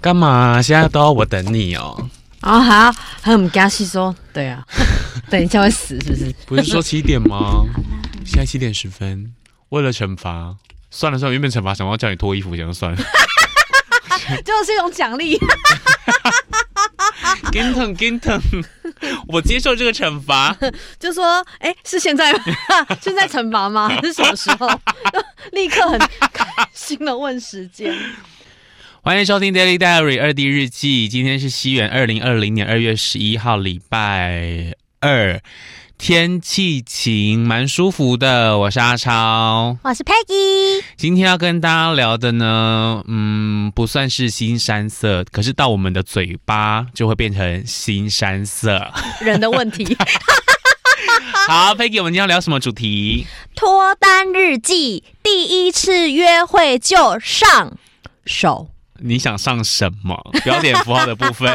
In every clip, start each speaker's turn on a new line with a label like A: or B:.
A: 干嘛？现在都要我等你哦？
B: 啊哈，还很加戏说，对 啊，等一下会死是不是？
A: 不是说七点吗？现在七点十分。为了惩罚，算了算了，原本惩罚想要叫你脱衣服，想说算了。
B: 就是一种奖 励。
A: 跟疼跟疼， 我接受这个惩罚。
B: 就说，哎、是现 在吗？现在惩罚 吗？是什么时候？立刻很开心的问时间。
A: 欢迎收听 Daily Diary 二 D 日记，今天是西元二零二零年二月十一号，礼拜二，天气晴，蛮舒服的。我是阿超，
B: 我是 Peggy，
A: 今天要跟大家聊的呢，嗯，不算是新山色，可是到我们的嘴巴就会变成新山色。
B: 人的问 题，
A: 好，Peggy，我们今天要聊什么主题？
C: 脱单日记，第一次约会就上
B: 手。
A: 你想上什么？标点符号的部分。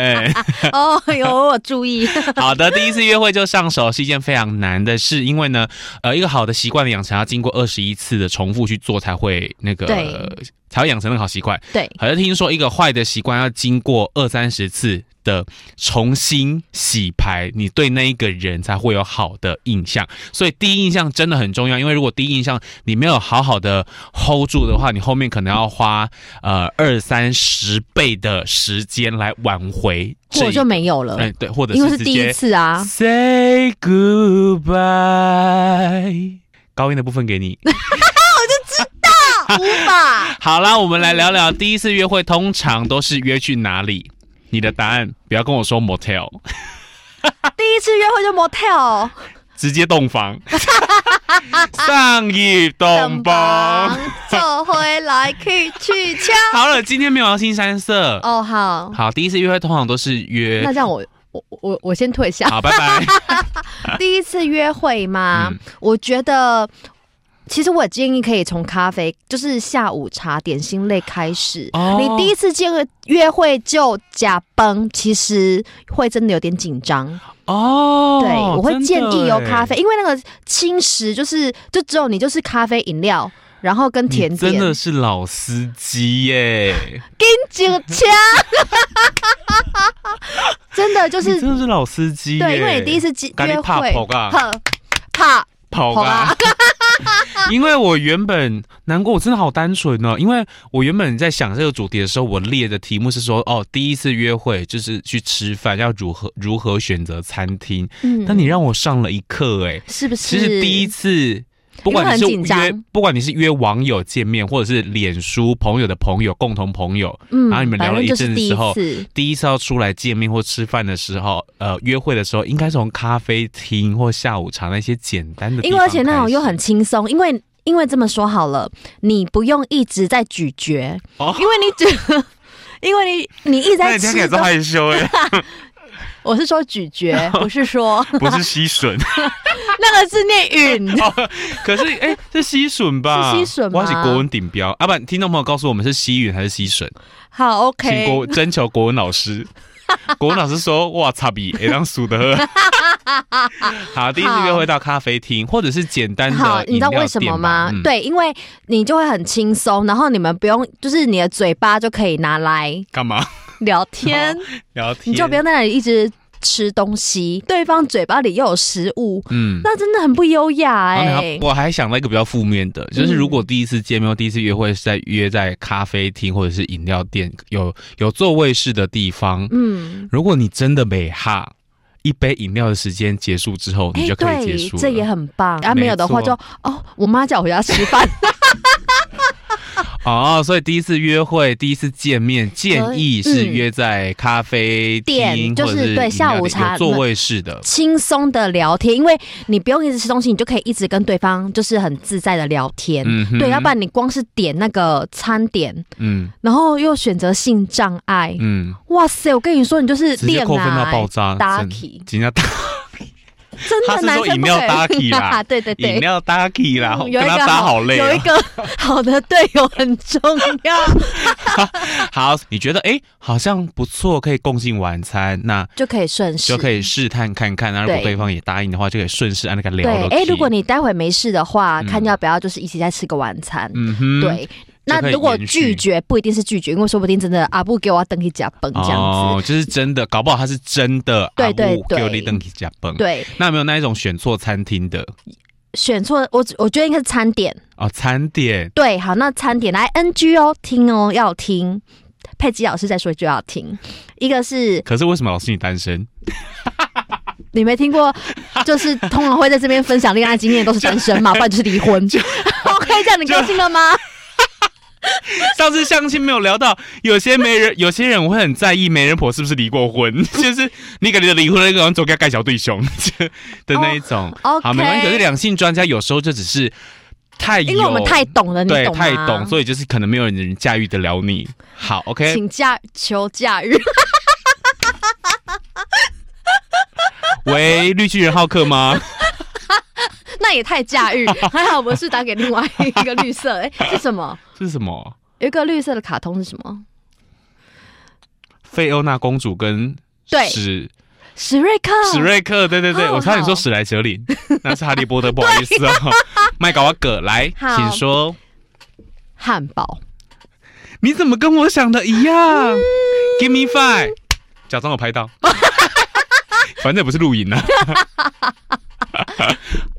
B: 哦，有我注意。
A: 好的，第一次约会就上手是一件非常难的事，因为呢，呃，一个好的习惯的养成要经过二十一次的重复去做才会那个，
B: 对
A: 才会养成那个好习惯。
B: 对，
A: 好像听说一个坏的习惯要经过二三十次的重新洗牌，你对那一个人才会有好的印象。所以第一印象真的很重要，因为如果第一印象你没有好好的 hold 住的话，你后面可能要花呃二三十倍的时间来挽回这一。
B: 或者就没有了，
A: 哎，对，或者
B: 因为是
A: 直
B: 第一
A: 接
B: 次啊。
A: Say goodbye，高音的部分给你。
B: 啊
C: 无法
A: 好啦，我们来聊聊第一次约会，通常都是约去哪里？你的答案不要跟我说 motel，
C: 第一次约会就 motel，
A: 直接洞 房，上一洞 房。
C: 就回来去去敲。
A: 好了，今天没有要新山色。
C: 哦，好，
A: 好，第一次约会通常都是约
B: 那这样我我我我先退下。
A: 好，拜 拜。
C: 第一次约会嘛，
A: 啊嗯
C: 我觉得。其实我建议可以从咖啡，就是下午茶、点心类开始。
A: 哦
C: 你第一次见个约会就假崩，其实会真的有点紧张。
A: 哦，
C: 对，我会
A: 真的欸
C: 建议有
A: 耶
C: 咖啡，因为那个轻食就是就只有你就是咖啡饮料，然后跟甜
A: 你
C: 点，
A: 真的是老司机耶，
C: 紧张，真的就
A: 就是 真的是老司机耶。
C: 对，因为你第一次见
A: 咖喱
C: 约
A: 怕
C: 会
A: 跑啊，
C: 呵怕
A: 跑
C: 跑
A: 吧。 因为我原本难过，我真的好单纯哦。因为我原本在想这个主题的时候，我列的题目是说，哦，第一次约会就是去吃饭，要如何如何选择餐厅。
C: 嗯
A: 但你让我上了一课，哎，
C: 是不是？
A: 其实第一次。不管你
C: 因
A: 是
C: 为很紧张
A: 约，不管你是约网友见面，或者是脸书朋友的朋友、共同朋友，
C: 嗯
A: 然后你们聊了一阵子之后
C: 反正就是第一次
A: 第一次要出来见面或吃饭的时候，呃，约会的时候，应该从咖啡厅或下午茶那些简单的地方开始，
C: 因为而且那种又很轻松，因为因为这么说好了，你不用一直在咀嚼，
A: 哦
C: 因为你只 因为你你一直
A: 那
C: 在
A: 你听
C: 吃
A: 起来是
C: 东西，
A: 害羞 哎、
C: 我是说 咀嚼，不是说
A: 不是吸吮，
C: 那个是念允。
A: 哦可是哎、是吸吮吧？
C: 是吸吮吗
A: 我要写国文顶标，啊不，听众朋友告诉我们是吸吮还是吸吮，
C: 好
A: 请
C: ，OK，
A: 国征求国文老 师。国文老师说：“哇，差比哎，让数的。”好，第一次约会到咖啡厅，或者是简单的
C: 好，你知道
A: 饮料
C: 为什么
A: 店
C: 吗
A: 吧？嗯、
C: 对，因为你就会很轻松，然后你们不用，就是你的嘴巴就可以拿来
A: 干嘛
C: 聊天，
A: 聊天？
C: 你就不用在那里一直吃东西，对方嘴巴里又有食物，
A: 嗯。
C: 那真的很不优雅
A: 然后
C: 哎、
A: 你还我还想到一个比较负面的，就是如果第一次见面、或第一次约会是在约在咖啡厅或者是饮料店，有有座位式的地方，
C: 嗯，
A: 如果你真的美哈，一杯饮料的时间结束之后，你就可以结
C: 哎对
A: 束，了。
C: 这也很棒。啊，
A: 没
C: 没有的话就
A: 错
C: 哦，我妈叫我回家吃饭，
A: 哦，所以第一次约会、第一次见面，建议是约在咖啡厅、
C: 店就
A: 或
C: 是
A: 者是
C: 对
A: 饮料
C: 下午
A: 店
C: 茶
A: 有座位式的。
C: 轻松的聊天，因为你不用一直吃东西，你就可以一直跟对方就是很自在的聊天。
A: 嗯哼
C: 对，要不然你光是点那个餐点，
A: 嗯
C: 然后又选择性障碍，
A: 嗯，
C: 哇塞！我跟你说，你就是
A: 直接
C: 恋
A: 扣分到
C: 爱
A: 爆炸，
C: 打
A: 真
C: 起
A: 真的打
C: 真
A: 他
C: 的
A: 是
C: 男
A: 说
C: 生
A: 饮
C: 不
A: 料
C: 可以
A: 搭起啦
C: 对 对
A: 饮
C: 对。
A: 料 Ducky 啦，
C: 嗯
A: 跟他搭好累、
C: 有一
A: 哦。
C: 个好的队友很重要。
A: 好，你觉得哎、诶好像不错，可以共进晚餐，那
C: 就可以顺势，
A: 就可以试探看看。那如果
C: 对
A: 对方也答应的话，就可以顺势按那个聊
C: 对
A: 了。。
C: 哎，如果你待会没事的话，
A: 嗯
C: 看要不要就是一起再吃个晚餐。
A: 嗯哼，
C: 对，那
A: 就可以
C: 如果
A: 延续
C: 拒绝，不一定是拒绝，因为说不定真的阿布给我登去加崩这样子。
A: 哦，就是真的，搞不好他是真的。啊
C: 对对对
A: 给邓给加崩。，
C: 对，
A: 那有没有那一种选错餐厅的
C: 选错我我觉得应该是餐点。
A: 哦？餐点
C: 对，好，那餐点来 NG 哦，听哦，要听。佩吉老师再说就要听，一个是
A: 可是为什么老师你单身？
C: 你没 听过，就是通常会在这边分享恋爱经验都是单 身嘛，不然就是离婚。我可以这样，你高兴了吗？
A: 上次相亲没有聊到，有些媒 人，有些人我会很在意媒人婆是不是离过婚，就是你给你的离婚那个人做该盖小对熊的那一种。
C: 哦
A: 好，没关系。
C: OK
A: 可是两性专家有时候就只是太有，
C: 因为我们太懂啊了，你
A: 对
C: 懂吗？
A: 太懂，所以就是可能没有人驾驭得了你。好，OK，
C: 请假求假日，
A: 喂，绿巨人浩克吗？
C: 那也太假日。还好我是打给另外一个绿色，哎、是什么？
A: 这是什么？
C: 有一个绿色的卡通是什么？
A: 费欧娜公主跟
C: 对
A: 史
C: 史瑞克。
A: 史瑞克，对对对，
C: 哦
A: 我差点说
C: 好
A: 史莱哲 林，那是哈利波特，不好意思哦。麦搞瓦葛，来，
C: 好
A: 请说。
C: 汉堡。
A: 你怎么跟我想的一样、g i v
C: 嗯
A: e me five，假装我拍 到，反正也不是录影啊。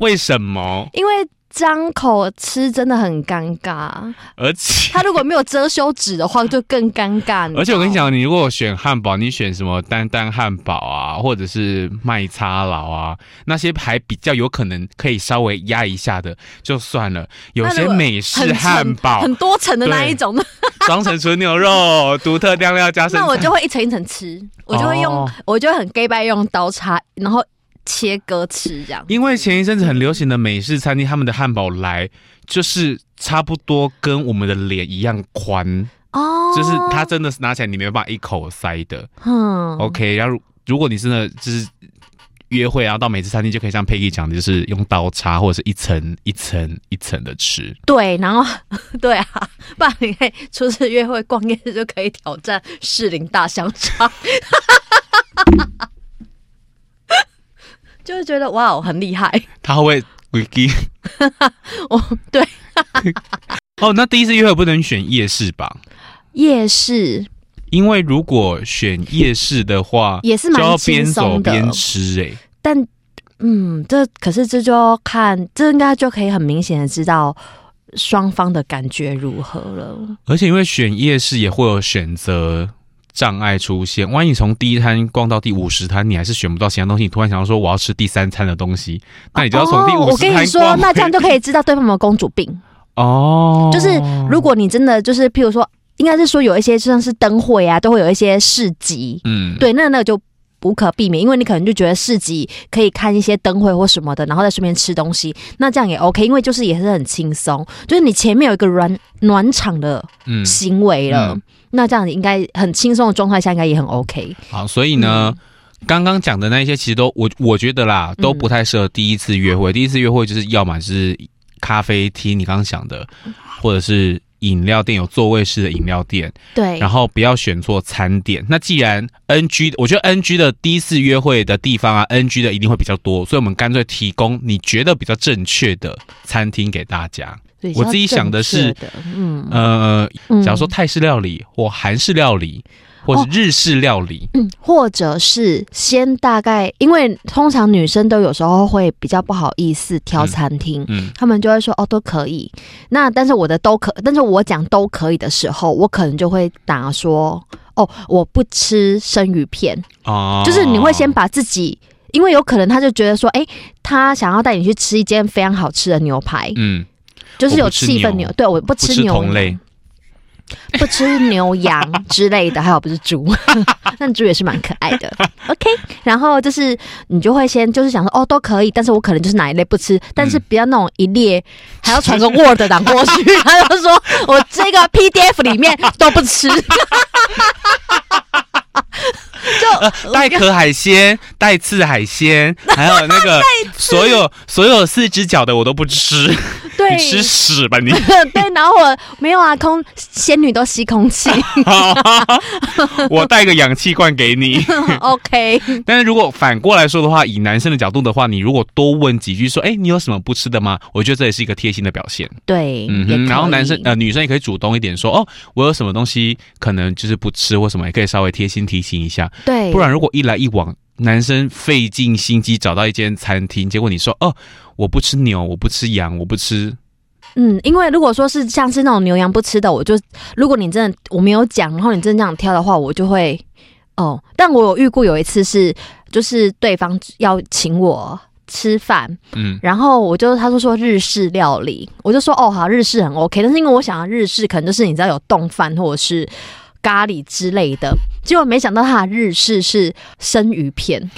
A: 为什么？
C: 因为张口吃真的很尴尬，
A: 而且
C: 他如果没有遮羞纸的话，就更尴尬。知 道
A: 而且我跟你，讲，你如果选汉堡，你选什么丹丹汉堡啊，或者是麦差佬啊，那些还比较有可能可以稍微压一下的就算了。有
C: 那如
A: 些
C: 果
A: 美式
C: 很
A: 汉堡
C: 很多层的那一种，
A: 双层纯牛肉、独特酱料加生
C: 那我
A: 菜，
C: 就会一层一层吃，我就会用，
A: 哦
C: 我就会很 gay 拜用刀叉，然后切割吃这样。
A: 因为前一阵子很流行的美式餐厅，他们的汉堡来就是差不多跟我们的脸一样宽，
C: 哦，
A: 就是它，真的是拿起来你没有办法一口塞的。
C: 嗯
A: OK，然后如如果你真的就是约会，啊然后到美式餐厅就可以像 Peggy 讲的，就是用刀叉或者是一层一层一层的吃。
C: 对，然后 对啊，不然你可以出去约会逛夜市就可以挑战士林大香肠， 就会觉得哇，我很厉害。
A: 他会不会 g
C: 哦，对，
A: 哦，那第一次约会不能选夜市吧？
C: 夜市
A: 因为如果选夜市的话，
C: 也是
A: 就要
C: 蛮
A: 边
C: 轻
A: 走
C: 松的，
A: 边吃哎、
C: 但嗯，这可是这就要看，这应该就可以很明显的知道双方的感觉如何了。
A: 而且因为选夜市也会有选择障碍出现，万一你从第一摊逛到第五十摊，你还是选不到其他东西，你突然想要说我要吃第三餐的东西，那你就要从第
C: 哦
A: 五
C: 我
A: 十
C: 跟
A: 摊
C: 你说，
A: 逛回。
C: 那这样就可以知道对方有没有公主病。
A: 哦，
C: 就是如果你真的就是，譬如说，应该是说有一些就像是灯会啊，都会有一些市集，
A: 嗯，
C: 对，那那个就。无可避免，因为你可能就觉得市集可以看一些灯会或什么的，然后再顺便吃东西，那这样也 OK，因为就是也是很轻松，就是你前面有一个暖暖场的
A: 嗯，
C: 行为了，
A: 嗯
C: 那这样子应该很轻松的状态下，应该也很 OK。
A: 好，所以呢。
C: 嗯
A: 刚刚讲的那些，其实都我我觉得啦，都不太适合第一次约会。第一次约会就是要么是咖啡厅，你刚刚讲的，
C: 嗯
A: 或者是饮料店有座位式的饮料店，
C: 对
A: 然，后不要选错餐点。那既然 NG，我觉得 NG 的第一次约会的地方啊，NG 的一定会比较多，所以我们干脆提供你觉得比较正确的餐厅给大家。
C: 对
A: 我自己
C: 是要
A: 想的是
C: 正确的，嗯，
A: 呃，
C: 嗯哦
A: 假如说泰式料理或韩式料理，或是日式料理，
C: 或者是先大概，因为通常女生都有时候会比较不好意思挑餐厅。
A: 嗯，
C: 她们就会说哦都可以，那但是我的都可，但是我讲都可以的时候，我可能就会打说哦我不吃生鱼片，
A: 哦、
C: 就是你会先把自己，因为有可能他就觉得说，哎、他想要带你去吃一间非常好吃的牛排，
A: 嗯，
C: 就是
A: 我
C: 有
A: 不吃
C: 气氛
A: 牛
C: 牛，对，我不
A: 不
C: 吃
A: 吃
C: 牛
A: 同类
C: 羊， 不吃牛羊之类的，还好不是 猪，但猪也是蛮可爱的。OK，然后就是你就会先就是想说，哦，都可以，但是我可能就是哪一类不吃，但是不要那种一列，还要传个 Word 档过去，他就说我这个 PDF 里面都 不吃。就
A: 带壳海鲜、带刺海鲜， 还有那个所有所有四只脚的我都不吃，
C: 对
A: 你吃屎吧你！
C: 对，然后我没有啊，空仙女都吸空 气
A: 我带个氧气罐给 你。
C: ，OK，
A: 但是如果反过来说的话，以男生的角度的话，你如果多问几句说，哎、你有什么不吃的吗？我觉得这也是一个贴心的表现。
C: 对，
A: 嗯
C: 也可
A: 哼，
C: 以
A: 然后男生呃女生也可以主动一点说，哦，我有什么东西可能就是不吃或什么，也可以稍微贴心提醒一下。
C: 对，
A: 不然如果一来一往，男生费尽心机找到一间餐厅，结果你说哦，我不吃牛，我不吃羊，我不吃，
C: 嗯，因为如果说是像是那种牛羊不吃的，我就如果你真的我没有讲，然后你真的这样挑的话，我就会哦。但我有遇过有一次是，就是对方要请我吃饭，
A: 嗯
C: 然后我就他说说日式料理，我就说哦好，日式很 OK，但是因为我想要日式可能就是你知道有冻饭或者是咖喱之类的，结果没想到他的日式是生鱼片，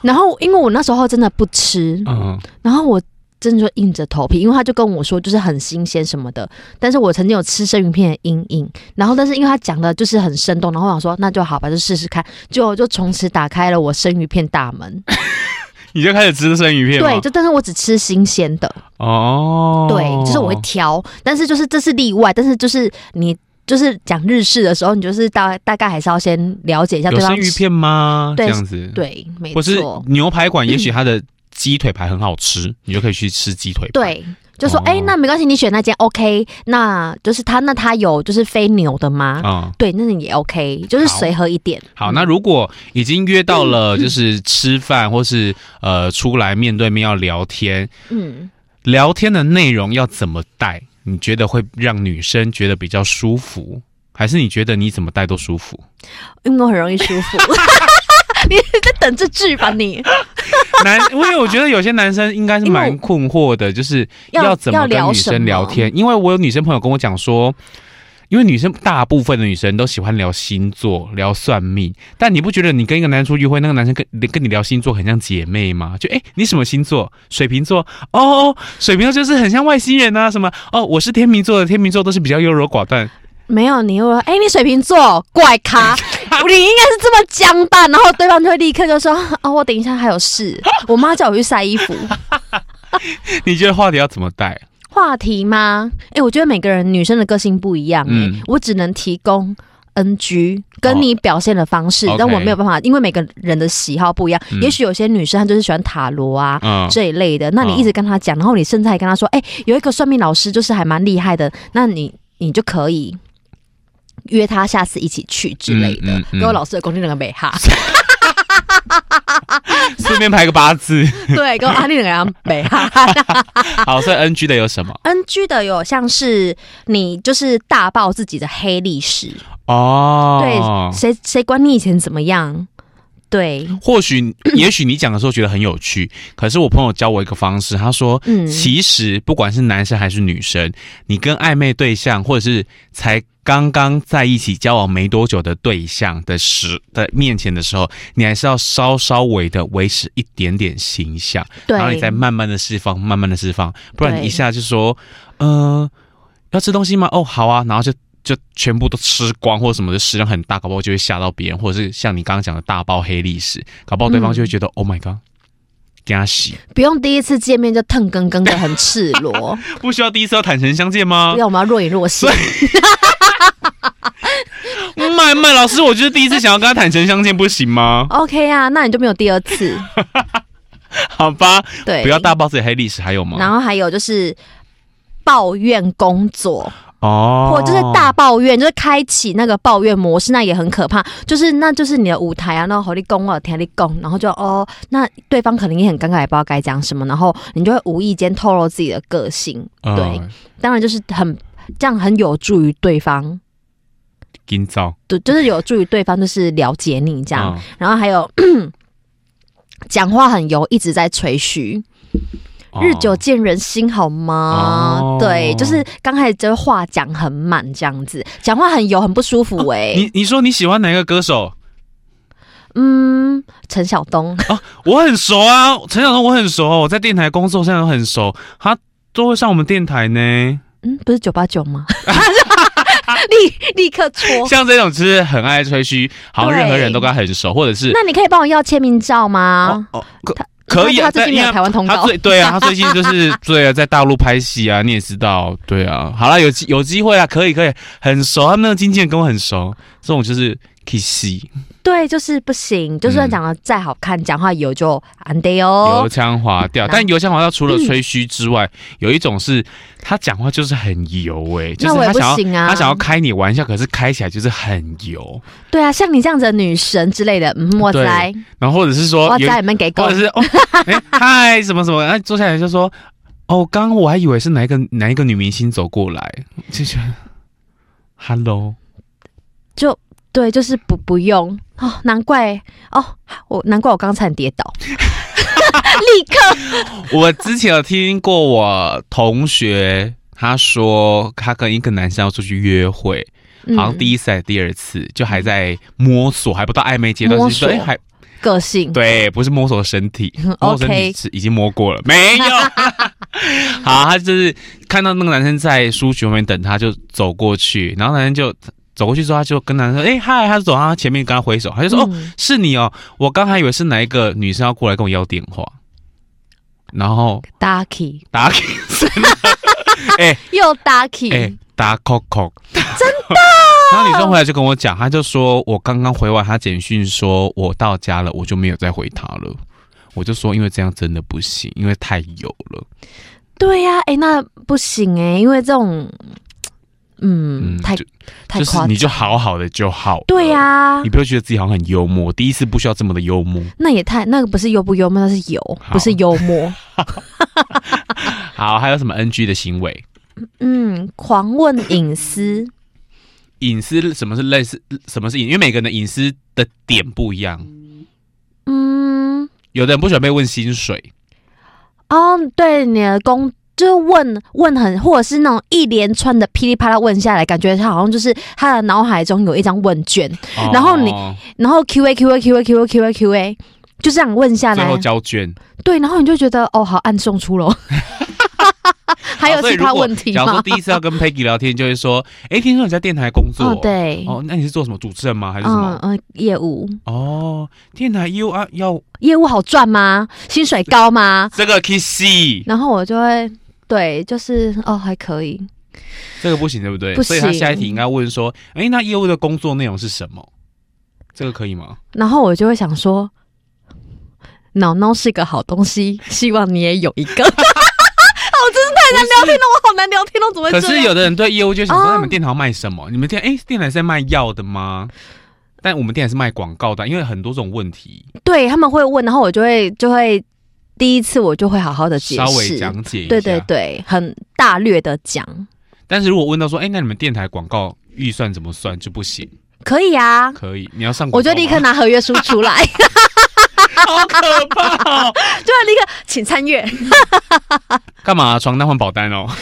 C: 然后因为我那时候真的不吃，
A: 嗯，
C: 然后我真的就硬着头皮，因为他就跟我说就是很新鲜什么的，但是我曾经有吃生鱼片的阴影。然后，但是因为他讲的就是很生动，然后我想说那就好吧，就试试看。就我就从此打开了我生鱼片大门。
A: 你就开始吃生鱼片吗
C: 对，就但是我只吃新鲜的，
A: 哦，
C: 对，就是我会挑，但是就是这是例外，但是就是你。就是讲日式的时候，你就是大大概还是要先了解一下
A: 有
C: 对方
A: 生鱼片吗？这
C: 对
A: 样子，，
C: 对，没
A: 或是
C: 错，
A: 牛排馆，也许它的鸡腿排很好吃，你就可以去吃鸡腿排。，
C: 对，就说哎、
A: 哦
C: 那没关系，你选那间 OK，那就是他那他有就是非牛的吗？
A: 啊、
C: 对，那你也 OK，就是
A: 好
C: 随和一点。
A: 好，那如果已经约到了，
C: 嗯
A: 就是吃饭或是呃出来面对面要聊天，
C: 嗯，
A: 聊天的内容要怎么带？你觉得会让女生觉得比较舒服，还是你觉得你怎么带都舒 服？
C: 因为我很容易舒服。你在等这句吧你？
A: 男，因为我觉得有些男生应该是蛮困惑的，就是
C: 要
A: 要怎么跟女
C: 要
A: 生
C: 聊
A: 聊
C: 什么
A: 天。因为我有女生朋友跟我讲说，因为女生大部分的女生都喜欢聊星座、聊算命，但你不觉得你跟一个男生出去会，那个男生跟跟你聊星座很像姐妹吗？就哎、诶你什么星座？水瓶座哦，水瓶座就是很像外星人啊，什么哦，我是天秤座的，天秤座都是比较优柔寡断。
C: 没有，你又说，哎、你水瓶座 怪咖，你应该是这么僵吧？然后对方就会立刻就说，哦，我等一下还有事，我妈叫我去晒衣服。
A: 你觉得话题要怎么带？
C: 话题吗？哎、我觉得每个人女生的个性不一样、哎，
A: 嗯
C: 我只能提供 NG 跟你表现的方式，
A: 哦
C: 但我
A: OK
C: 没有办法，因为每个人的喜好不一样。
A: 嗯
C: 也许有些女生她就是喜欢塔罗啊，
A: 嗯，
C: 这一类的，那你一直跟他
A: 啊
C: 讲，然后你甚至还跟他说，哎、有一个算命老师就是还蛮厉害的，那你你就可以约他下次一起去之类的。
A: 嗯嗯嗯
C: 给我老师的工具那个 美哈，
A: 顺便排个八字。
C: 对，给我阿丽那个美哈。啊
A: 好，所以 NG 的有什么？
C: NG 的有像是你就是大爆自己的黑历史，
A: 哦
C: 对，，谁谁管你以前怎么样？对，
A: 或 许也许你讲的时候觉得很有趣，可是我朋友教我一个方式，他说，
C: 嗯
A: 其实不管是男生还是女生，你跟暧昧对象或者是才刚刚在一起交往没多久的对象的时的面前的时候，你还是要稍稍微的维持一点点形象。
C: 对，
A: 然后你再慢慢的释放，慢慢的释放，不然
C: 对
A: 你一下就说，嗯、要吃东西吗？哦，好啊，然后就就全部都吃光或什么的，食量很大，搞不好就会吓到别人，或者是像你刚刚讲的大包黑历史，搞不好对方就会觉得、Oh my god，给他洗，
C: 不用第一次见面就腾更更的很赤 裸，
A: 不需要第一次要坦诚相见吗
C: 不？要我们要若隐 若现。
A: 麦麦老师，我就是第一次想要跟他坦诚相见，不行吗？
C: OK 啊，那你就没有第二次。
A: 好吧，
C: 对，
A: 不要大爆自己黑历史，还有
C: 然
A: 吗？
C: 后还有就是抱怨工作，
A: 哦，
C: 或就是大抱怨，就是开启那个抱怨模式，那也很可怕。就是那就是你的舞台啊，那吼力攻我听力攻，然后就哦，那对方可能也很尴尬，也不知道该讲什么，然后你就会无意间透露自己的个性。
A: 嗯
C: 对，当然就是很这样，很有助于对方。
A: 今早
C: 对，就是有助于对方，就是了解你这样。
A: 嗯
C: 然后还有 讲话很油，一直在吹嘘。
A: 哦
C: 日久见人心，好吗？
A: 哦
C: 对，就是刚开始就是话讲很满这样子，讲话很油，很不舒服哎、
A: 啊你你说你喜欢哪个歌手？
C: 嗯，陈晓 东，
A: 我很熟啊，陈晓东我很熟，我在电台工作，现在很熟，他都会上我们电台呢。
C: 嗯，不是九八九吗？ 立立刻戳。
A: 像这种就是很爱吹嘘，好像任何人都跟他很熟，或者是
C: 那你可以帮我要签名照吗？
A: 哦可可以
C: 他
A: 啊，
C: 最
A: 但
C: 近没
A: 因
C: 有
A: 为
C: 台湾通
A: 他
C: 告，
A: 最对啊，他最近就是 对啊，在大陆拍戏啊，你也知道，对啊。好了，有机有机会啊，可以可以，很熟，他们那个经纪人跟我很熟，这种就是 kiss
C: 对，就是不行，就算
A: 嗯
C: 长得再好看，讲话油就安得
A: 油
C: 哦。
A: 腔滑调。
C: 那嗯
A: 但油腔滑调除了吹嘘之外，有一种是他讲话就是很油哎、就
C: 那
A: 是
C: 我也
A: 他
C: 不
A: 想要
C: 行啊
A: 他想要开你玩笑，可是开起来就是很油。
C: 对啊，像你这样子的女神之类的，嗯，我
A: 对
C: 猜，
A: 然后或者是说
C: 我
A: 有一
C: 猜你们给够
A: 或者。是 哦，哎、嗨，什么什么，然后坐下来就说，哦，刚刚我还以为是哪一个哪一个女明星走过来，就觉得，hello，
C: 就对，就是不不用哦，难怪哦，我难怪我刚才很跌倒，立刻
A: 我之前有听过我同学。他说他跟一个男生要出去约会，
C: 嗯
A: 好像第一次还是第二次，就还在摸索，还不到暧昧阶段，
C: 摸
A: 就是说哎
C: 索
A: 还
C: 个性，
A: 对，不是摸索身体，摸索身
C: 嗯 OK
A: 体是已经摸过了，没 有。好，他就是看到那个男生在书局外面等他，就走过去，然后男生就走过去之后，他就跟男生说：“哎、嗨！”他就走到他前面跟他挥手，他就说：“哦，
C: 嗯
A: 是你哦，我刚还以为是哪一个女生要过来跟我要电话。”然后
C: ，Ducky
A: 打给
C: 又
A: 哎、
C: Ducky，
A: 打 Coco，真的。 然后女生回来就跟我讲，她就说我刚刚回完她简讯，说我到家了，我就没有再回她了。我就说，因为这样真的不行，因为太油了。
C: 对呀，哎，那不行哎，因为这种，嗯，太
A: 就
C: 太
A: 就是
C: 夸
A: 你就
C: 张，
A: 呃好好的就好了。
C: 对呀
A: 你，不要觉得自己好像很幽默，第一次不需要这么的幽默。
C: 那也太那个不是幽不幽默，那是油，
A: 好
C: 不是幽默，
A: 好，还有什么 NG 的行为？
C: 嗯，狂问隐私，
A: 隐私什么是类似？什么是隐？因为每个人的隐私的点不一样，
C: 嗯，
A: 有的人不喜欢被问薪水，
C: 哦，对，你的工就是问问很，或者是那种一连串的噼里啪啦问下来，感觉他好像就是他的脑海中有一张问卷，然后你
A: 哦
C: 然后 Q A Q A Q A Q A Q A Q A，就这样问下
A: 最
C: 来
A: 后，交卷。
C: 对，然后你就觉得哦，好暗送 出喽。还有
A: 哦所以
C: 其
A: 如
C: 他
A: 果
C: 问题
A: 假如说
C: 吗
A: 第？一次要跟 Peggy 聊天，就会说：“哎、听说你在电台工作、
C: 哦，对，
A: 哦，那你是做什么主持人吗？还是什
C: 嗯
A: 么？
C: 嗯，业务
A: 哦，电台业务啊，要
C: 业务好赚吗？薪水高吗？
A: 这个 Kissy，
C: 然后我就会对，就是哦，还可以，
A: 这个不行，对不对？
C: 不
A: 所以他
C: 行
A: 下一题应该问说：哎、那业务的工作内容是什么？这个可以吗？
C: 然后我就会想说，脑脑是个好 东西，希望你也有一个。好，真是太难聊天了，我好难聊天哦，怎么
A: 可
C: 会这
A: 是
C: 样？
A: 有的人对业 E 务就想
C: 哦
A: 说：你们电台要卖什么？你们电哎、电台是在卖药的吗？但我们电台是卖广告的，因为很多种问题，
C: 对他们会问，然后我就会就会第一次我就会好好的解
A: 稍微
C: 释，
A: 讲解一下。
C: 对对对，很大略的讲，
A: 但是如果问到说：哎、那你们电台广告预算怎么算？就不行，
C: 可以啊。
A: 可以，你要上广告
C: 我就立
A: 吗
C: 刻拿合约书出来， 就
A: 好可怕、哦！
C: 会立刻请参阅。
A: 干嘛、床单换保单哦。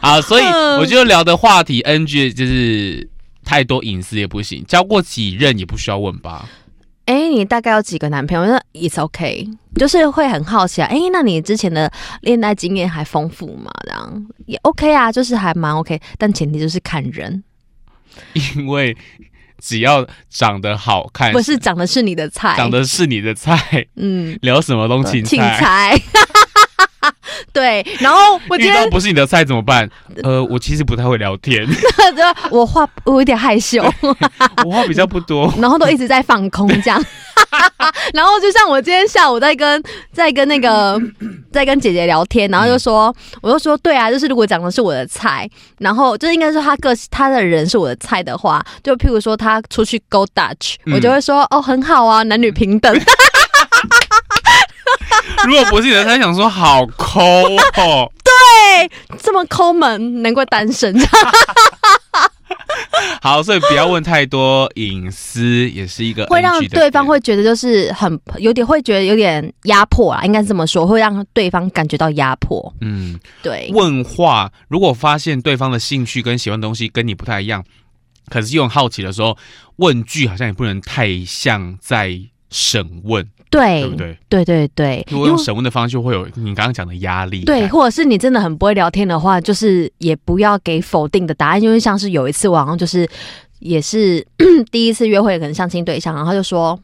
A: 啊，所以
C: 嗯
A: 我就聊的话题 NG 就是太多隐私也不行，交过几任也不需要问吧？
C: 哎、你大概有几个男朋友？那 it's OK，就是会很好奇啊。哎、那你之前的恋爱经验还丰富吗？这样也 OK 啊，就是还蛮 OK，但前提就是看人，
A: 因为只要长得好看，
C: 不是长得是你的菜，
A: 长得是你的菜，
C: 嗯，
A: 聊什么东西
C: 请菜。 对，然后我今
A: 遇到
C: 天
A: 不是你的菜怎么办？呃，我其实不太会聊天，
C: 我话我有点害羞，
A: 我话比较不多。
C: 然后都一直在放空这样。 然后就像我今天下午在跟在跟那个在跟姐姐聊天，然后就说，我就说对啊，就是如果讲的是我的菜，然后就是应该说他个他的人是我的菜的话，就譬如说他出去 go Dutch，、
A: 嗯
C: 我就会说哦很好啊，男女平等。
A: 如果不是你的菜，想说好抠哦。
C: 这么抠门，难怪单身。
A: 好，所以不要问太多隐私，也是一个
C: 会让
A: NG 的
C: 对方
A: 点
C: 会觉得就是很有点会觉得有点压迫啊，应该是这么说，会让对方感觉到压迫。
A: 嗯
C: 对，
A: 问话。如果发现对方的兴趣跟喜欢的东西跟你不太一样，可是又很好奇的时候，问句好像也不能太像在审问，
C: 对
A: 对不对？
C: 对对对，
A: 如果用审问的方式，会有你刚刚讲的压力感。
C: 对，或者是你真的很不会聊天的话，就是也不要给否定的答案，因为像是有一次我好像就是也是 第一次约会，可能相亲对象，然后他就说。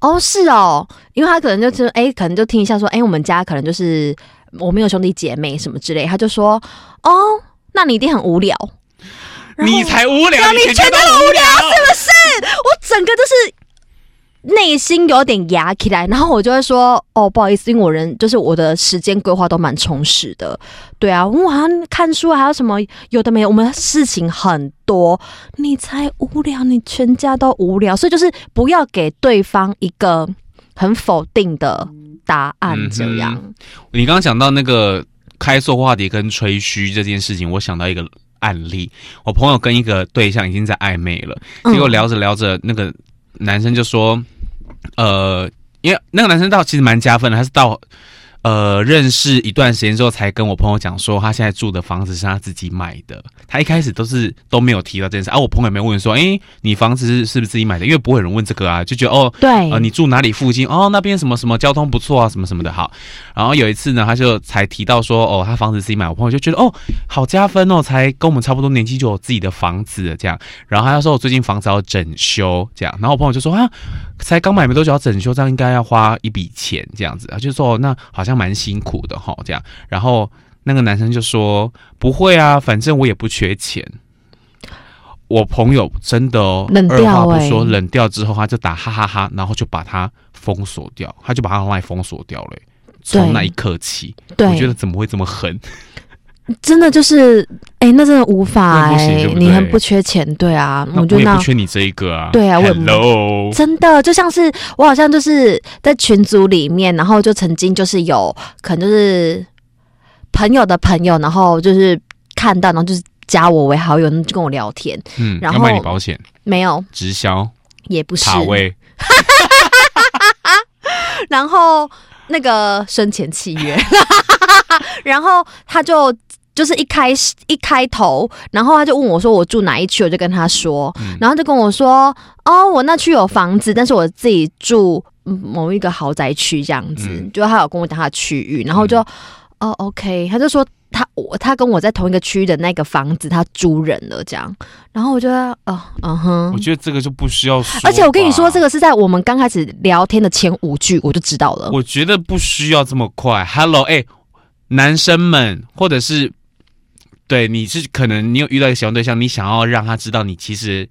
C: 哦，是哦，因为他可能就是哎、可能就听一下说，哎、我们家可能就是我没有兄弟姐妹什么之类，他就说，哦，那你一定很无聊，然后
A: 哎你才无聊，
C: 对哎你
A: 全
C: 全
A: 都
C: 都
A: 无聊，
C: 我整个就是内心有点压起来，然后我就会说，哦，不好意思，因为我人就是我的时间规划都蛮充实的，对啊，因为我好像看书啊还有什么有的没有，我们事情很多，你才无聊，你全家都无聊，所以就是不要给对方一个很否定的答
A: 嗯
C: 案，这样、
A: 你刚刚讲到那个开拓话题跟吹嘘这件事情，我想到一个案例，我朋友跟一个对象已经在暧昧了，
C: 嗯
A: 结果聊着聊着，那个男生就说，呃，因为那个男生到其实蛮加分的，他是到。呃，认识一段时间之后，才跟我朋友讲说，他现在住的房子是他自己买的。他一开始都是都没有提到这件事，啊，我朋友也没问说，诶、你房子是是不是自己买的？因为不会有人问这个啊，就觉得哦，
C: 对、
A: 呃，你住哪里附近？哦，那边什么什么交通不错啊，什么什么的好。然后有一次呢，他就才提到说，哦，他房子自己买，我朋友就觉得哦，好加分哦，才跟我们差不多年纪就有自己的房子了这样。然后他就说我最近房子要整修这样，然后我朋友就说啊，才刚买没多久要整修，这样应该要花一笔钱这样子。他就说哦，那好像蛮辛苦的哈、这样。然后那个男生就说不会啊，反正我也不缺钱。我朋友真的哦，
C: 冷掉
A: 二话不
C: 欸
A: 说，冷掉之后他就打哈哈哈然后就把他封锁掉，他就把他 line 封锁掉了欸、从那一刻起，我觉
C: 对
A: 得，怎么会这么狠？
C: 真的就是，哎、那真的无
A: 那
C: 法
A: 不
C: 哎、
A: 行对不
C: 你
A: 对
C: 很不缺钱，对啊，
A: 那
C: 我觉
A: 我
C: 得
A: 也
C: 那
A: 不缺你这一个啊。
C: 对啊我也不
A: ，Hello，
C: 真的就像是我好像就是在群组里面，然后就曾经就是有可能就是朋友的朋友，然后就是看到，然后就是加我为好友，然后就跟我聊天，
A: 嗯，
C: 然
A: 要卖你
C: 后
A: 保险、
C: 没有，
A: 直销、
C: 也不是，
A: 塔位，
C: 然后那个生前契约， 然后他就。就是一开始一开头，然后他就问我说我住哪一区，我就跟他说，
A: 嗯
C: 然后就跟我说哦，我那区有房子，但是我自己住嗯某一个豪宅区这样子，
A: 嗯
C: 就他有跟我讲他的区域，然后我就、哦 OK，他就说他我他跟我在同一个区域的那个房子他租人了这样，然后我就哦嗯哼
A: 我，觉得这个就不需要说。
C: 而且我跟你说这，个是在我们刚开始聊天的前五句我就知道了，
A: 我觉得不需要这么快。Hello，哎、男生们，或者是对你是可能你有遇到一个喜欢对象，你想要让他知道你其实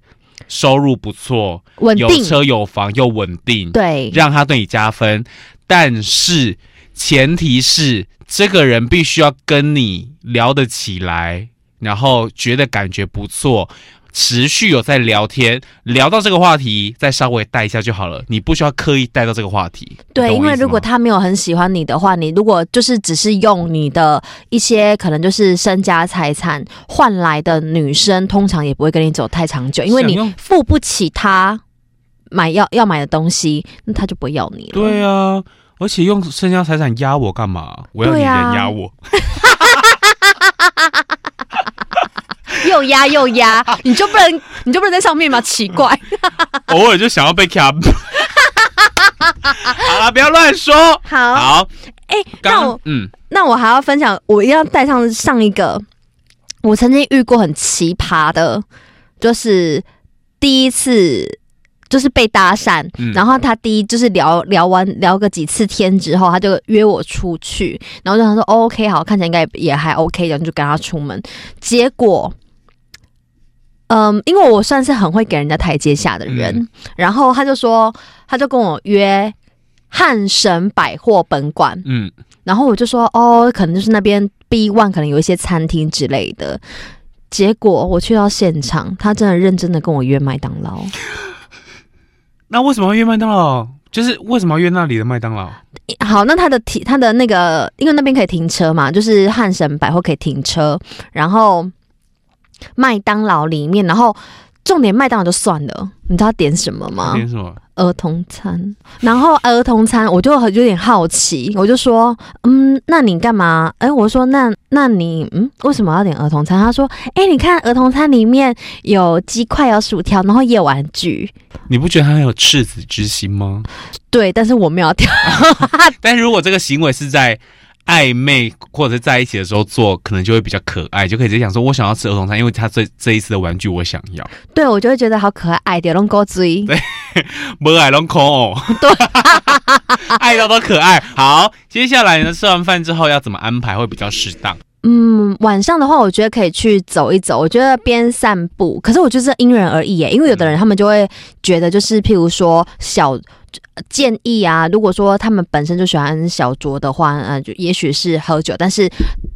A: 收入不错，
C: 稳
A: 有
C: 定
A: 车有房又稳定，
C: 对
A: 让他对你加分，但是前提是这个人必须要跟你聊得起来，然后觉得感觉不错。持续有在聊天，聊到这个话题，再稍微带一下就好了。你不需要刻意带到这个话题。你
C: 对，
A: 懂
C: 因
A: 我
C: 为
A: 意思
C: 如果
A: 吗
C: 他没有很喜欢你的话，你如果就是只是用你的一些可能就是身家财产换来的女生，通常也不会跟你走太长久，因为
A: 想
C: 你
A: 用
C: 付不起他买要要买的东西，那他就不会要 你了。
A: 对啊，而且用身家财产压我干嘛？我要你
C: 对
A: 人
C: 啊
A: 压我，
C: 又压又压，你就不能你就不能在上面吗？奇 怪，啊
A: 偶尔就想要被卡。 好啦，不要乱说。
C: 好
A: 好，
C: 哎、那
A: 刚
C: 我
A: 嗯，
C: 那我还要分享，我一定要带上上一个，我曾经遇过很奇葩的，就是第一次。就是被搭讪，
A: 嗯
C: 然后他第一就是聊聊完聊个几次天之后，他就约我出去，然后就想说、哦 OK 好，看起来应该也也还 OK，然后就跟他出门。结果，嗯，因为我算是很会给人家台阶下的人，
A: 嗯
C: 然后他就说，他就跟我约汉神百货本馆，
A: 嗯，
C: 然后我就说哦，可能就是那边 B One 可能有一些餐厅之类的。结果我去到现场，他真的认真的跟我约麦当劳，
A: 那为什么要约麦当劳？就是为什么要约那里的麦当劳？
C: 啊好，那他的停他的那个，因为那边可以停车嘛，就是汉神百货可以停车，然后麦当劳里面，然后重点麦当劳就算了，你知道他点什么吗？
A: 点什么？
C: 儿童餐，然后儿童餐我就很有点好奇，我就说，嗯，那你干嘛？哎，我说那那你嗯，为什么要点儿童餐？他说，哎，你看儿童餐里面有鸡块、有薯条，然后也有玩具。
A: 你不觉得他很有赤子之心 吗？
C: 对，但是我没有挑，
A: 但如果这个行为是在暧昧或者是在一起的时候做，可能就会比较可爱，就可以直接讲说：“我想要吃儿童餐，因为他这这一次的玩具我想要。
C: 对我就会觉得好可爱，点龙狗嘴。
A: 没爱龙孔哦，对， 爱到都可爱。好，接下来呢，吃完饭之后要怎么安排会比较适当？
C: 嗯，晚上的话，我觉得可以去走一走。我觉得边散步，可是我觉得这因人而异耶，因为有的人他们就会觉得，就是譬如说小呃建议啊，如果说他们本身就喜欢小酌的话，呃，就也许是喝酒，但是。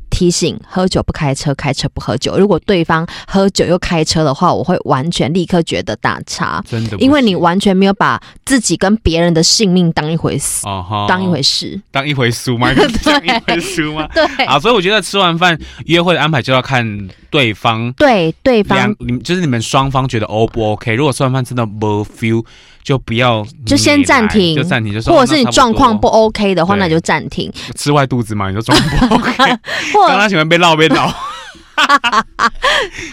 C: 提醒喝酒不开车，开车不喝酒。如果对方喝酒又开车的话，我会完全立刻觉得打叉，
A: 真的不行，
C: 因为你完全没有把自己跟别人的性命当一回事，
A: 哦哈
C: 当一回事。
A: 当一回书 吗？当一回书吗？
C: 对
A: 啊，所以我觉得吃完饭约会的安排就要看对方
C: 对，对方
A: 两，你们就是你们双方觉得 O 不 OK？如果吃完饭真的没 feel，就不要
C: 就先
A: 你来
C: 暂停
A: 就暂停，就说
C: 或者是
A: 哦
C: 你
A: 那差
C: 状
A: 多
C: 况不 OK 的话，
A: 对
C: 那你就暂停。
A: 吃坏肚子嘛，你就状 况不 OK，
C: 或
A: 让他喜欢被闹被 闹。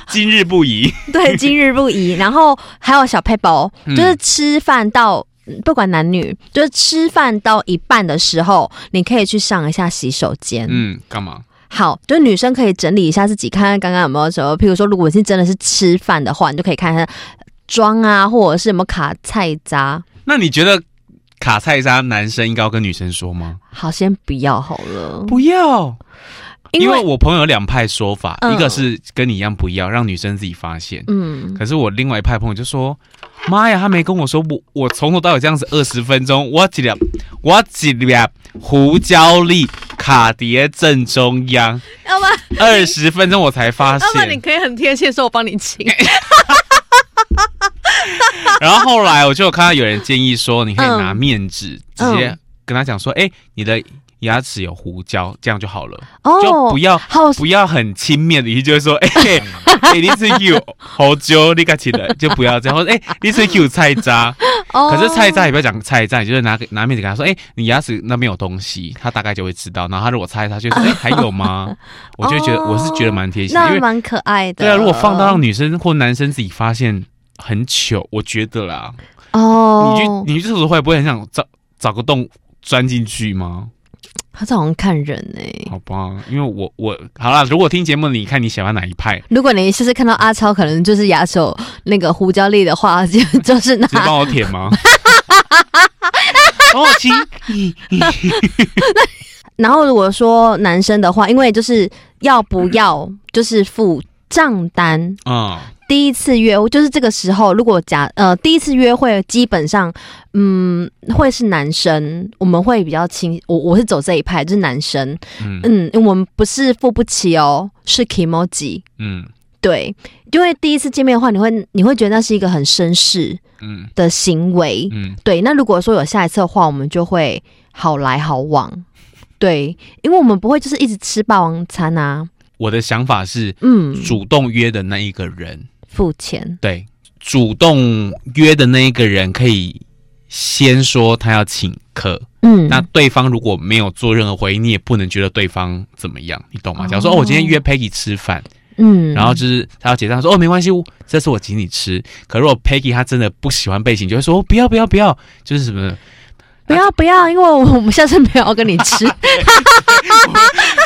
A: 今日不宜，
C: 对今日不宜，然后还有小配包，
A: 嗯
C: 就是吃饭到。嗯不管男女，就是吃饭到一半的时候，你可以去上一下洗手间。
A: 嗯，干嘛？
C: 好，就是女生可以整理一下自己，看看刚刚有没有什么，譬如说，如果你是真的是吃饭的话，你就可以看看妆啊，或者是有没有卡菜渣。
A: 那你觉得卡菜渣男生应该要跟女生说吗？
C: 好，先不要好了，
A: 不要，因
C: 因
A: 为
C: 为
A: 我朋友有两派说法，
C: 嗯
A: 一个是跟你一样不要，让女生自己发现。
C: 嗯，
A: 可是我另外一派朋友就说：“妈呀，他没跟我说我我从头到尾这样子二十分钟，我几粒我几粒胡椒粒卡碟正中 央，
B: 要不然
A: 二十分钟我才发
C: 哦
B: 要不然你
A: 现。
B: 可以很贴切地说，我帮你请。
A: 然后后来我就有看到有人建议说，你可以拿
C: 嗯
A: 面纸、直接跟他讲说：，哎、你的牙齿有胡椒，这样就好了，就
C: 哦
A: 不，要。”
C: 好
A: 不要很轻蔑的语气，就会说：“哎、欸，欸你是 Q 好久，你个起来就不要这样。”或者：“哎、你是 Q 菜渣。”
C: 哦，
A: 可是菜渣也不要讲菜渣，你就是拿给拿面纸给他说，哎、你牙齿那边有东西，他大概就会知道。然后他如果猜，他就说，哎、还有吗？我就会觉得、
C: 哦
A: 我是觉得蛮贴心的，因
C: 那
A: 为
C: 蛮可爱的。
A: 对啊，如果放到让女生或男生自己发现很糗，我觉得啦，
C: 哦，
A: 你去你去厕所会不会很想找找个洞钻进去吗？
C: 他这好像看人哎、
A: 好吧，因为我我好啦，如果听节目，你看你喜欢哪一派，
C: 如果你下次看到阿超可能就是牙齿有那个胡椒粒的话，就 就
A: 直
C: 是
A: 接
C: 那
A: 帮我舔吗？帮我亲，
C: 然后如果说男生的话，因为就是要不要就是付账单。
A: 嗯，
C: 第一次约就是这个时候，如果假呃第一次约会，基本上嗯会是男生，我们会比较轻，我我是走这一派，就是男生，
A: 嗯
C: 嗯，我们不是付不起哦，是 k i m o j i
A: 嗯
C: 对，因为第一次见面的话，你会你会觉得那是一个很绅士
A: 嗯
C: 的行为。
A: 嗯，
C: 对，那如果说有下一次的话，我们就会好来好往。对，因为我们不会就是一直吃霸王餐啊，
A: 我的想法是，
C: 嗯，
A: 主动约的那一个人，
C: 付钱，
A: 对，主动约的那一个人可以先说他要请客，
C: 嗯，
A: 那对方如果没有做任何回应，你也不能觉得对方怎么样，你懂吗？
C: 哦
A: 假如说哦，我今天约 Peggy 吃饭，
C: 嗯，
A: 然后就是他要结账，说哦没关系，这次我请你吃。可如果 Peggy 她真的不喜欢被请，就会说、哦、不要不要不要，就是什么，
C: 不要不要，因为我们下次没有要跟你 吃，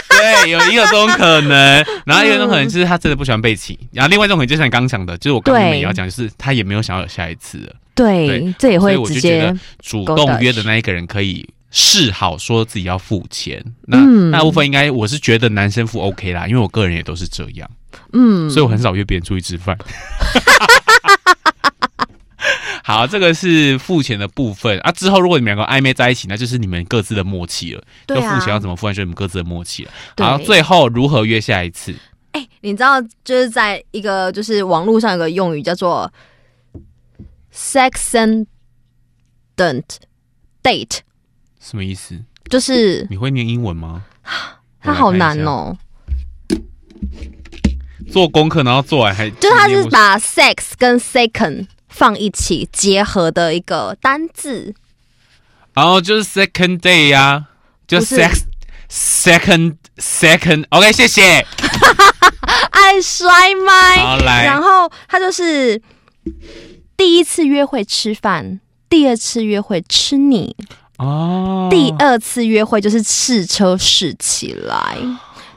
A: 对，有也有这种可能。然后也有一种可能就是他真的不喜欢被请，然后另外一种可能就像你刚讲的，就是我刚刚
C: 对
A: 也要讲，就是他也没有想要有下一次了。对
C: 对，这也
A: 所以
C: 会
A: 我
C: 直
A: 就觉
C: 接
A: 得，主动约的那一个人可以示好说自己要付钱。那、
C: 嗯
A: 那部分应该我是觉得男生付 OK 啦，因为我个人也都是这样，
C: 嗯，
A: 所以我很少约别人出去吃饭。 好，这个是付钱的部分啊。之后如果你们两个暧昧在一起，那就是你们各自的默契了。
C: 对
A: 就
C: 啊
A: 付钱要怎么付，那就是你们各自的默契了。
C: 对
A: 好，最后如何约下一次？
C: 哎、你知道就是在一个就是网络上有个用语叫做 “sex and date”，
A: 什么意思？
C: 就是
A: 你会念英文吗？
C: 它好难哦、
A: 做功课，然后做完还
C: 就是他是
A: 念不出
C: 把 sex 跟 second 放一起结合的一个单字，
A: 然后就是 second day 呀、就
C: 不是
A: sex second second OK，谢谢。
C: 爱摔麦。
A: 好来，
C: 然后他就是第一次约会吃饭，第二次约会吃你，
A: 哦，
C: 第二次约会就是试车试起来。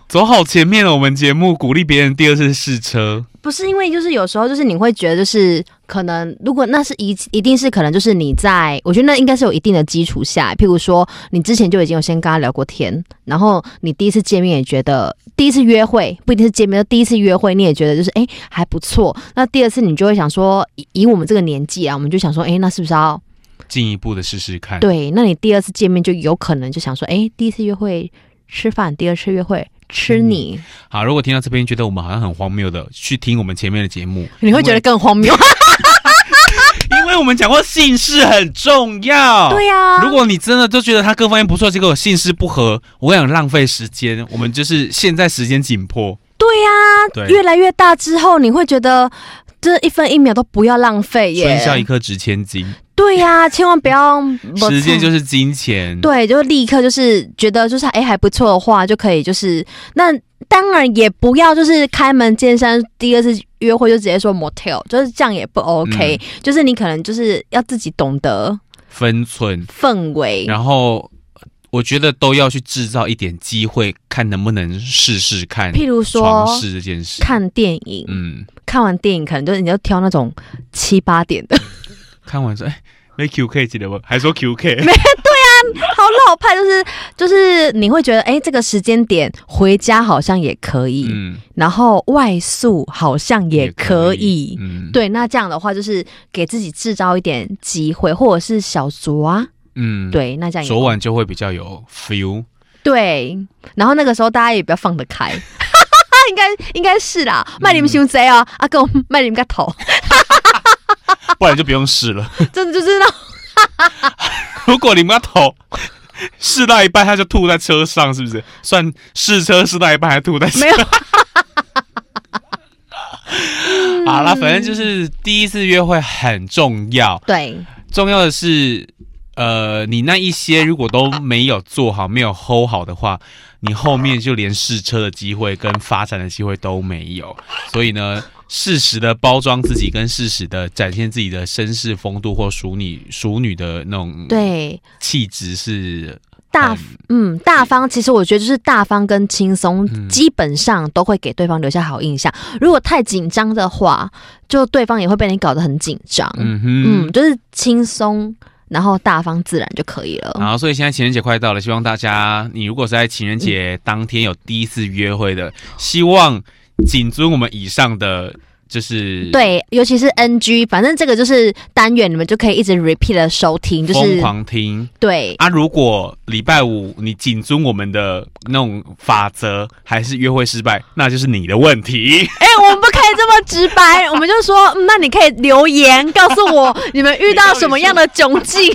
A: 走好前面了，我们节目鼓励别人第二次试车，
C: 不是因为就是有时候就是你会觉得就是可能如果那是一一定是可能就是你在我觉得那应该是有一定的基础下，譬如说你之前就已经有先跟他聊过天，然后你第一次见面也觉得第一次约会不一定是见面，第一次约会你也觉得就是哎、还不错，那第二次你就会想说以以我们这个年纪啊，我们就想说哎、那是不是要
A: 进一步的试试看。
C: 对？那你第二次见面就有可能就想说哎、第一次约会吃饭，第二次约会吃你，
A: 好，如果听到这边觉得我们好像很荒谬的，去听我们前面的节目，
C: 你会觉得更荒谬。
A: 因为，因为我们讲过姓氏很重要。
C: 对呀、
A: 如果你真的就觉得他各方面不错，结果姓氏不合，我想浪费时间。我们就是现在时间紧迫，
C: 对呀、
A: 对
C: 越来越大之后，你会觉得这一分一秒都不要浪费耶。
A: 春宵一刻值千金，
C: 对呀、千万不要
A: 时间就是金钱。
C: 对，就立刻就是觉得就是哎还不错的话，就可以就是那当然也不要就是开门见山，第二次约会就直接说 motel，就是这样也不 OK、就是
A: 嗯
C: 你可能就是要自己懂得
A: 分寸，
C: 氛围。
A: 然后我觉得都要去制造一点机会，看能不能试试看
C: 譬如说
A: 床试这件事。
C: 看电影，
A: 嗯，
C: 看完电影可能就你就挑那种七八点的，
A: 看完说，哎，没 QK 记得不？还说 QK，
C: 好老派，就是就是你会觉得，哎、这个时间点回家好像也可以，
A: 嗯，
C: 然后外宿好像也可以。
A: 嗯，，
C: 对，那这样的话就是给自己制造一点机会，或者是小酌啊，
A: 嗯，，
C: 对，那这样也
A: 昨晚就会比较有 feel。
C: 对。然后那个时候大家也比较放得 开，应该应该是啦，卖你们胸贼啊，啊，跟我卖你们个 头，
A: 不然就不用试了。
C: 真的就是那种
A: 如果你们要投试到一半他就吐在车上，是不是？算试车试到一半还吐在车
C: 没有。
A: 好啦，反正就是第一次约会很重要，
C: 对
A: 重要的是，呃，你那一些如果都没有做好、没有 hold 好的话，你后面就连试车的机会跟发展的机会都没有。所以呢，适时的包装自己，跟适时的展现自己的绅士风度或淑女、淑女的那种
C: 对，
A: 气质是
C: 大
A: 很
C: 嗯，大方，其实我觉得就是大方跟轻松，
A: 嗯
C: 基本上都会给对方留下好印象。如果太紧张的话，就对方也会被你搞得很紧张。嗯
A: 嗯哼。
C: 就是轻松，然后大方自然就可以了。
A: 好，所以现在情人节快到了，希望大家，你如果是在情人节当天有第一次约会
C: 嗯
A: 的，希望谨遵我们以上的，就是
C: 对，尤其是 NG，反正这个就是单元，你们就可以一直 repeat 的收听，就
A: 疯
C: 是
A: 狂听
C: 对
A: 啊！如果礼拜五你谨遵我们的那种法则，还是约会失败，那就是你的问题。
C: 哎、我们不可以这么直白，我们就说，嗯那你可以留言告诉我你们遇到什么样的窘境。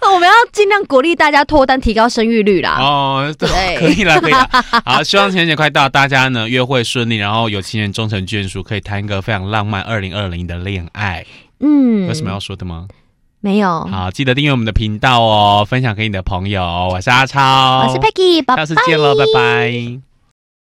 C: 我们要尽量鼓励大家脱单，提高生育率啦。
A: 哦，对，
C: 啊对
A: 可以啦，可以啦。好，希望情人节快到，大家呢约会顺利，然后有情人终成眷属，可以谈一个非常浪漫二零二零的恋爱。
C: 嗯，
A: 有什么要说的吗？
C: 没有？
A: 好，记得订阅我们的频道哦，分享给你的朋友。我是阿超，
C: 我是 Peggy，拜
A: 下次见了，拜拜